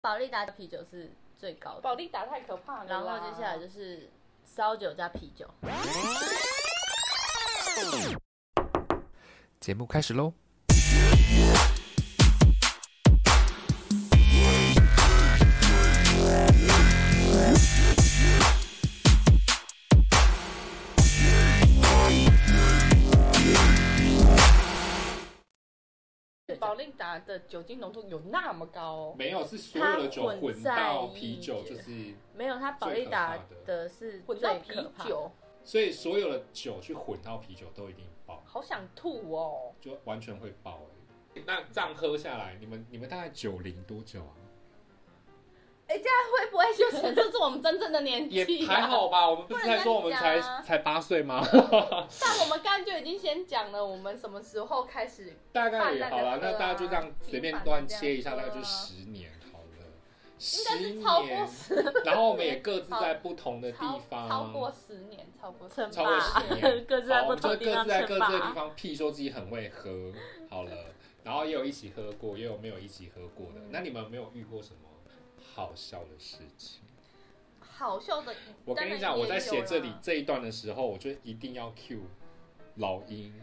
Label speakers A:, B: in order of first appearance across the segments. A: 保利达啤酒是最高
B: 保
A: 的，
B: 利达太可怕了啦。
A: 然后接下来就是烧酒加啤酒。
C: 节目开始喽！
B: 保利达的酒精浓度有那么高哦、
D: 没有，是所有的酒
A: 它混
D: 混
A: 在
D: 到
A: 一
D: 啤酒，
A: 起
D: 就是
A: 没有，它保利达的是
B: 混到
A: 最
B: 啤
A: 可怕的。
B: 酒，
D: 所以所有的酒去混到啤酒都一定爆，
B: 好想吐哦！
D: 就完全会爆哎、那这样喝下来，你们你们大概酒龄多久啊？
B: 哎、这样会不会就显示出我们真正的年
D: 也
B: 纪、
D: 还
B: 啊？
D: 好吧，我们不是
B: 不能
D: 才说我们
B: 这
D: 才
B: 样讲啊
D: 才八岁吗？
B: 但我们刚刚就已经先讲了，我们什么时候开始
D: 大概也
B: 泛滥
D: 好啦，
B: 的
D: 那
B: 喝啊
D: 大家就这样随便乱切一下，
B: 平
D: 大
B: 凡的
D: 概就
B: 这样喝啊
D: 十年好了。
B: 应该
D: 十
B: 是超过
D: 年，
B: 十，
D: 然后我们也各自在不同的
B: 超
D: 地方，
B: 超过十年，超过十
A: 称
B: 年
D: 超过
A: 霸
D: 十年，
A: 各自在
D: 好
A: 不
D: 我们就
A: 同地
D: 各
A: 方
D: 自在各
A: 称
D: 自的地
A: 霸。
D: 方屁说自己很会喝，好了，然后也有一起喝过，也有没有一起喝过
B: 嗯
D: 的。那你们没有遇过什么好笑的事情？
B: 好笑的。
D: 我跟
B: 当
D: 你
B: 然
D: 讲，
B: 也啊
D: 我在写这里
B: 有啦
D: 这一段的时候，我就一定要 cue 老 鹰，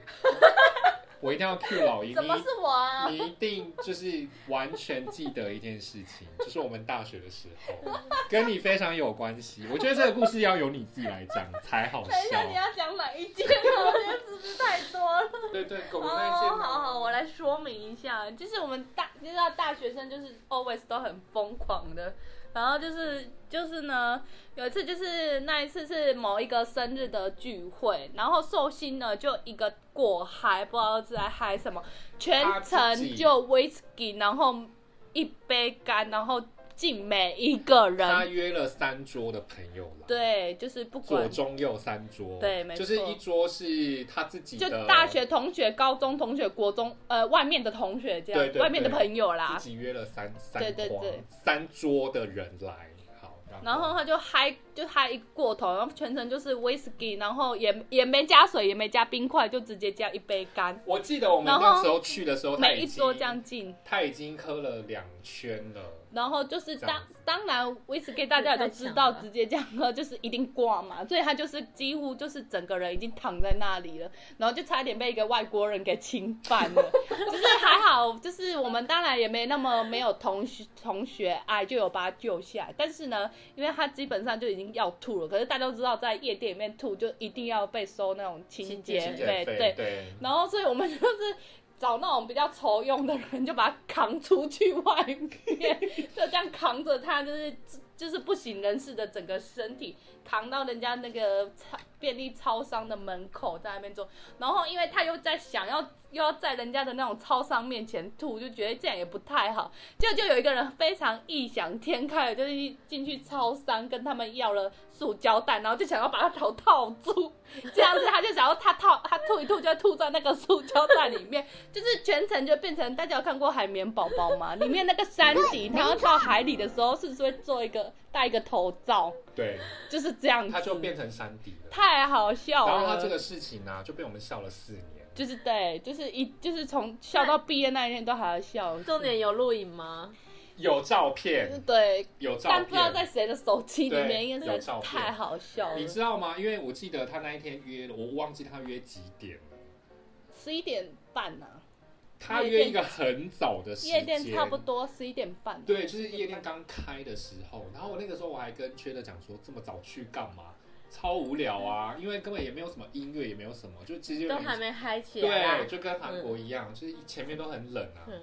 D: 我一定要 cue 老鹰，
B: 怎么
D: 你
B: 是我啊？
D: 你一定就是完全记得一件事情， 就是我们大学的时候，跟你非常有关系。我觉得这个故事要由你自己来讲才好
B: 等一下，你
D: 笑。
B: 要讲哪一件啊？我觉得知识太多了。
D: 对对，狗狗那一件
B: 哦，好好，我来说明一下，就是我们大，你知道大学生就是 always 都很疯狂的，然后就是就是呢，有一次就是那一次是某一个生日的聚会，然后寿星呢就一个过嗨，不知道是在嗨什么，全
D: 他自己
B: 程就 whisky，然后一杯干，然后敬每一个
D: 他
B: 人，
D: 约了三桌的朋友来，，
B: 对，就是不
D: 左
B: 管。
D: 中右三桌，
B: 对没错
D: 就是一桌是他自己
B: 就
D: 的，
B: 大学同学、高中同学、国中呃外面的同学这样，
D: 对对
B: 外面的
D: 对
B: 朋友啦，
D: 自己约了三三
B: 啊对对
D: 框
B: 对
D: 三桌的人来，好，
B: 然后他就嗨，就嗨一个过头，然后全程就是 whisky，然后也也没加水，也没加冰块，就直接这样一杯干，
D: 我记得我们
B: 然后
D: 那时候去的时候，他
B: 每
D: 已
B: 一
D: 经
B: 桌这样敬。
D: 他已经喝了两圈了。
B: 然后就是
D: 这
B: 当
D: 样子
B: 当然，whisky 大家也都知道，
A: 太强了
B: 直接这样喝就是一定挂嘛，所以他就是几乎就是整个人已经躺在那里了，然后就差点被一个外国人给侵犯了。就是还好，就是我们当然也没那么没有同学同学爱，就有把他救下来。但是呢，因为他基本上就已经要吐了，可是大家都知道，在夜店里面吐就一定要被收那种清洁
A: 清洁
B: 费，对
D: 对。对，
B: 然后，所以我们就是找那种比较愁用的人，就把他扛出去外面，就这样扛着他，就是就是不省人事的整个身体扛到人家那个超便利超商的门口，在那边做。然后，因为他又在想要又要在人家的那种超商面前吐，就觉得这样也不太好。结果就有一个人非常异想天开的，就是进去超商跟他们要了塑胶袋，然后就想要把他头套住。这样子，他就想要他套他吐一吐，就会吐在那个塑胶袋里 面，就是全程就变成大家有看过海绵宝宝吗？里面那个山迪，然后到海里的时候，是不是会做一个戴一个头罩？
D: 对，
B: 就是这样子，
D: 他就变成山迪了。
B: 太好啊笑
D: 然
B: 了。
D: 后他这个事情呢、就被我们笑了四年。
B: 就是对，就是一就是从笑到毕业那一天都还要笑。
A: 重点有录影吗？
D: 有照
B: 就是
D: 片，
B: 对，
D: 有照
B: 但
D: 片，
B: 不知道在谁的手机里面，
D: 对
B: 因为实在太好笑了
D: 你。知道吗？因为我记得他那一天约了，我忘记他约几点了。
B: 十一点半呐、
D: 他
B: 夜
D: 约
B: 店
D: 一个很早的时间，
B: 夜店差不多十一点半。
D: 对，就是夜店刚开的时候。然后我那个时候我还跟缺的讲说，这么早去干嘛？超无聊啊，因为根本也没有什么音乐，也没有什么，就其实
A: 都还没嗨起来啊
D: 对，
A: 啦。
D: 就跟韩国一样，就是前面都很冷啊。
A: 嗯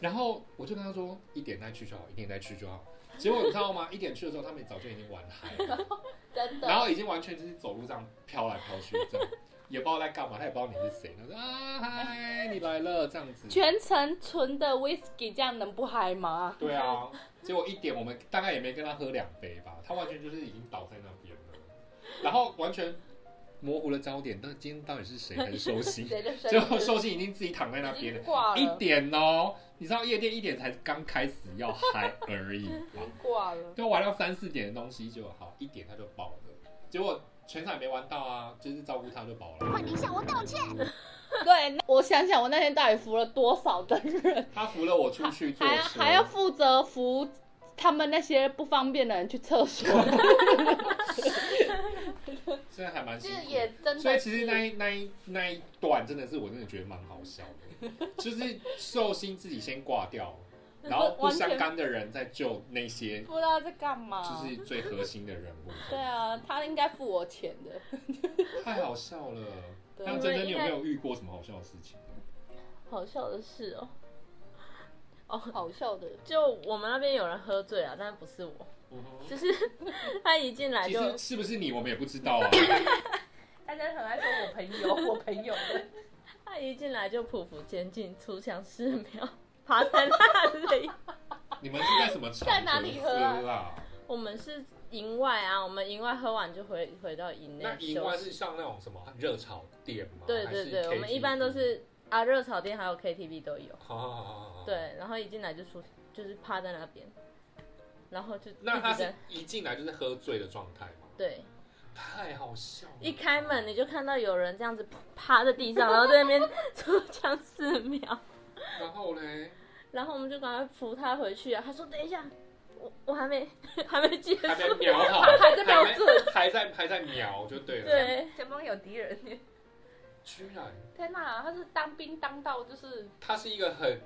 D: 然后我就跟他说一点再去就好，一点再去就好。结果你知道吗？一点去的时候，他们早就已经玩嗨了。
B: 真的。
D: 然后已经完全就是走路这样飘来飘去，这样也不知道在干嘛，他也不知道你是谁，他说啊嗨，你来了这样子。
B: 全程纯的 whisky，这样能不嗨吗？
D: 对啊，结果一点我们大概也没跟他喝两杯吧，他完全就是已经倒在那边了，然后完全模糊了焦点，但今天到底是谁还是寿 星？
B: 谁的
D: 结
B: 身
D: 果
B: 体
D: 寿星已经自己躺在那
B: 已
D: 边
B: 经
D: 了。
B: 挂
D: 一
B: 了，
D: 点哦，你知道夜店一点才刚开始要嗨而已 嘛，
B: 挂了。
D: 就玩到三四点的东西就好，一点他就爆了，结果全场也没玩到啊，就是照顾他就爆了。
E: 快点向我道歉！
B: 对，那我想想，我 那天到底扶了多少的人，
D: 他扶了我出去做
B: 还要
D: 车，
B: 还要负责扶他们那些不方便的人去厕 所，
D: 现在还蛮
B: 就
D: 辛
B: 是
D: 苦的。
B: 也真的是。
D: 所以其实那一那一那一段真的是我真的觉得蛮好笑的，就是寿星自己先挂掉，然后不
B: 完全
D: 相干的人再救那些
B: 不知道在干嘛。
D: 就是最核心 的人物。
B: 对啊，他应该付我钱的。
D: 太好笑了。
B: 对
D: 那真真，你有没有遇过什么好笑的事情？
A: 好笑的事哦。
B: 好笑的，
A: 就我们那边有人喝醉了，但不是我，
D: 嗯
A: 就是 他一进来
D: 其
A: 就
D: 实是不是你，我们也不知道啊。
B: 大家很爱说我朋 友，我朋友的。
A: 他一进来就匍匐前进，出墙十秒，趴在那里。
D: 你们是在什么场合
B: 在哪里喝啊
D: 啦？
A: 我们是营外啊，我们营外喝完就回回到营内
D: 那营
A: 休
D: 外
A: 息。
D: 是像那种什么热炒店吗？
A: 对
D: 还是
A: 对对，我
D: KTV
A: 们一般都是啊，热炒店还有 KTV 都有。
D: 好。好好好好好。
A: 对，然后一进来就出，就是趴在那边，然后就
D: 那
A: 一
D: 他
A: 直
D: 是
A: 在
D: 一进来就是喝醉的状态吗？
A: 对，
D: 太好笑了！
A: 一开门你就看到有人这样子趴在地上，然后在那边出枪四秒，
D: 然后嘞，
A: 然后我们就赶快扶他回去啊。他说等一下，我我还没 还没结
D: 还没
A: 束，
D: 瞄好，
B: 还在瞄准
D: 还在还在瞄就对了。，
A: 对，
B: 前方有敌人。
D: 居然
B: 天哪，他是当兵当到就是
D: 他是一个很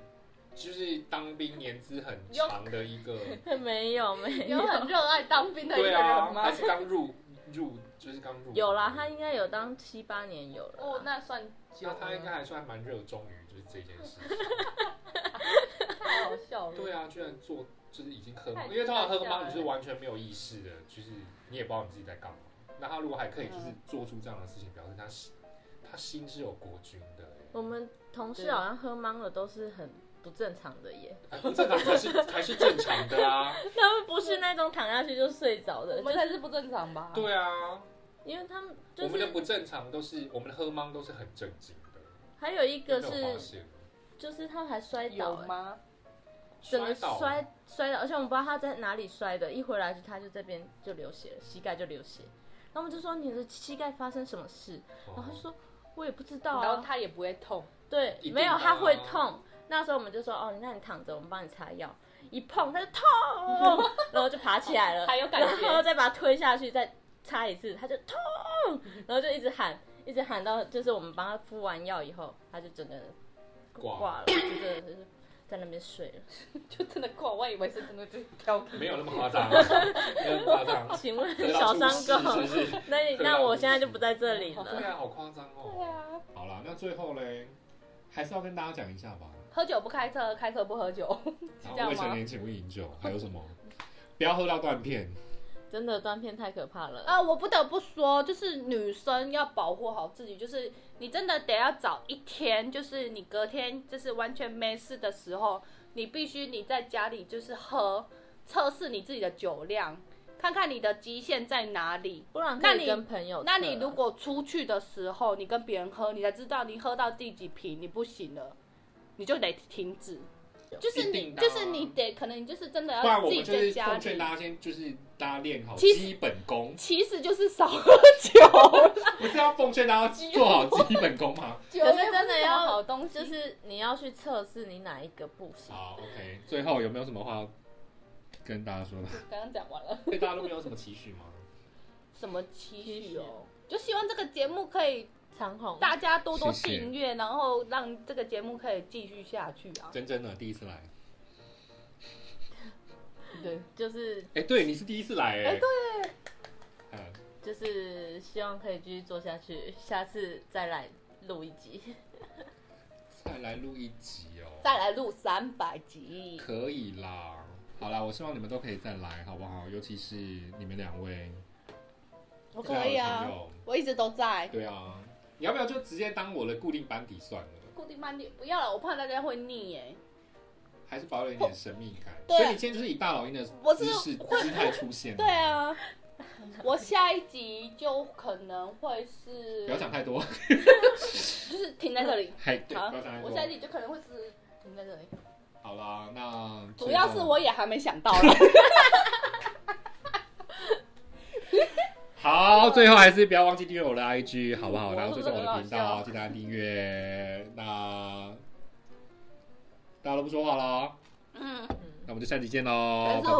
D: 就是当兵年资很长的一个，
A: 没有没
B: 有
A: 有。
B: 很热爱当兵的一个
D: 对
B: 人
D: 啊，
B: 吗
D: 还？是刚入入就是刚入
A: 有啦，他应该有当七八年有了啦。
B: 哦，那算
D: 那他应该还算蛮热衷于就是这件事 情。
B: 太好笑了。
D: 对啊，居然做就是已经喝
B: 太，
D: 因为通常喝
B: 太吓
D: 帮
B: 人
D: 你是完全没有意识的，就是你也不知道你自己在干嘛。那他如果还可以就是
A: 嗯
D: 做出这样的事情，表示他心他心是有国军的欸，
A: 我们同事好像喝懵了，都是很不正常的耶。
D: 哎 不正常才是才是正常的啊。
A: 他们不是那种躺下去就睡着的，
B: 我
A: 就
B: 们
A: 是
B: 才是不正常吧？
D: 对啊，
A: 因为他们
D: 我
A: 就
D: 们的
A: 是
D: 不正常都是我们的喝懵都是很正经的，
A: 还有一个
D: 有没有发
A: 是
D: 现
A: 就是他还摔倒
B: 有
A: 欸，
B: 吗？
A: 整个
D: 倒
A: 摔摔倒，而且我们不知道他在哪里摔的，一回来就他就这边就流血了，膝盖就流血。然后我们就说你的膝盖发生什么事？
D: 哦
A: 然后他就说我也不知道
B: 然后
A: 啊，
B: 他也不会痛，
A: 对
D: 一，定
A: 没有
D: 的
A: 他会
D: 啊
A: 痛。那时候我们就说哦，那你躺着，我们帮你擦药。一碰他就 痛，然后就爬起来了，
D: 哦
B: 还有感觉
A: 然后再把他推下去，再擦一次，他就痛，然后就一直喊，一直喊到就是我们帮他敷完药以后，他就整个人
D: 挂
A: 挂了，就真的就是在那边睡了。
B: 就真的挂。我以为是真的就跳开。
D: 没有那么夸张，啊没有那么夸张，
A: 请问
D: 哦得
A: 小伤
D: 到猝死
A: 狗，
D: 是不是？
A: 那你
D: 得到
A: 那我
D: 猝
A: 现在
D: 死
A: 就不在这里
D: 对
A: 了。
D: 啊，好夸张
B: 对
D: 哦。
B: 啊，
D: 好啦，那最后嘞，还是要跟大家讲一下吧。
B: 喝酒不开车，开车不喝酒，是这
D: 然后
B: 样
D: 未成
B: 吗？
D: 年请勿饮酒，还有什么？不要喝到断片。
A: 真的断片太可怕了，
B: 啊，我不得不说，就是女生要保护好自己，就是你真的得要找一天，就是你隔天就是完全没事的时候，你必须你在家里就是喝，测试你自己的酒量，看看你的极限在哪里。
A: 不然
B: 那
A: 可以
B: 你
A: 跟朋友
B: 那
A: 测
B: 你
A: 啊
B: 如果出去的时候，你跟别人喝，你才知道你喝到第几瓶你不行了，你就得停止。就是
D: 一
B: 你，
D: 定的啊
B: 就是你得，可能你就是真的
D: 不然
B: 要
D: 我
B: 自
D: 们
B: 己
D: 就
B: 在
D: 是
B: 家
D: 奉劝
B: 里。
D: 大家先就是大家练好
B: 其实
D: 基本功，
B: 其实就是少喝酒，
D: 不是要奉劝大家做好基本功吗？
B: 酒
A: 可是真的要
B: 好东西，
A: 就。是你要去测试你哪一个不行。
D: 好，OK。最后有没有什么话跟大家说的？
B: 刚刚讲完了，
D: 对大家都没有什么期许吗？
B: 什么期许哦？就希望这个节目可以
A: 长虹，
B: 大家多多
D: 谢谢
B: 订阅，然后让这个节目可以继续下去啊。
D: 真真的第一次来，
A: 对，就是
D: 哎、对，你是第一次来、哎、
B: 哎
D: 对，嗯，
A: 就是希望可以继续做下去，下次再来录一集。
D: 再来录一集哦，
B: 再来录三百集，
D: 可以啦。好啦，我希望你们都可以再来，好不好？尤其是你们两位，
B: 我可以
D: 最好的
B: 啊
D: 朋友，
B: 我一直都在。
D: 对啊，你要不要就直接当我的固定班底算了？
B: 固定班底不要了，我怕大家会腻耶。
D: 还是保有一点神秘感，
B: 对
D: 所以你今天就是以大老鹰的
B: 我是
D: 姿势姿态出现。
B: 对， 啊，我下一集就可能会是
D: 不要，讲太多，
B: 就是停在这里。
D: 还 对，
B: 好
D: 不要讲太，多
B: 我。下一集就可能会是停在这里。
D: 好啦，那
B: 主要是
D: 最后
B: 我也还没想到啦。
D: 好，最后还是不要忘记订阅我的 IG，好不
C: 嗯
D: 好？
B: 我
D: 然后追踪我的频道，
B: 我
D: 记得按订阅。那大家都不说话了，
B: 嗯，
D: 嗯那我们就下期见喽，
B: 还
D: 拜
B: 是
D: 拜。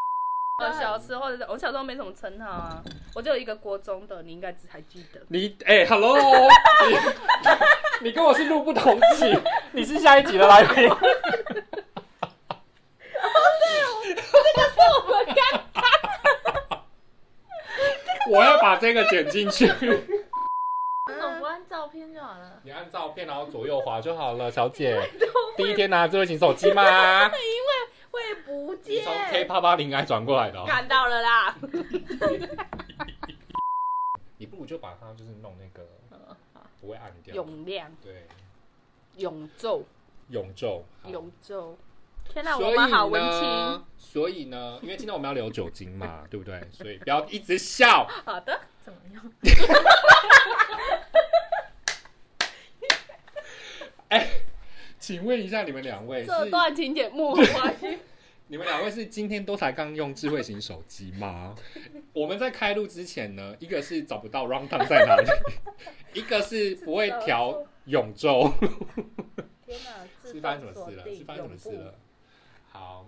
B: 我小时候，我小时候没什么称号啊，我就有一个国中的，你应该只还记 得。
C: 你哎、h e l l o 你你跟我是路不同期， 你是下一集的来宾。
D: 我要把这个剪进去。
A: 那种不按照片就好了。
D: 你按照片，然后左右滑就好了，小姐。第一天拿智慧型手机 吗？
B: 会不
D: 你
B: 见
D: 从 K 八八零 I 转过来的、哦。
B: 看到了啦。
D: 你不如就把它就是弄那个
C: 嗯
D: 不会按掉。
B: 永亮、
D: 对
B: 永昼、
D: 永昼。好
B: 永昼，
A: 天哪，
D: 所
A: 我
D: 以
A: 们
D: 呢，
A: 好文青。
D: 所以呢，因为今天我们要聊酒精嘛， 对不对？所以不要一直 笑。
B: 好的，
A: 怎么样？
D: 请问一下，你们两位是
B: 这段请柬幕后花絮。
D: 你们两位是今天都才刚用智慧型手机 吗？我们在开录之前呢，一个是找不到 round down 在哪里，一个是不会调永州，
B: 天哪，
D: 是发生什么事了？是发生什么事了？好，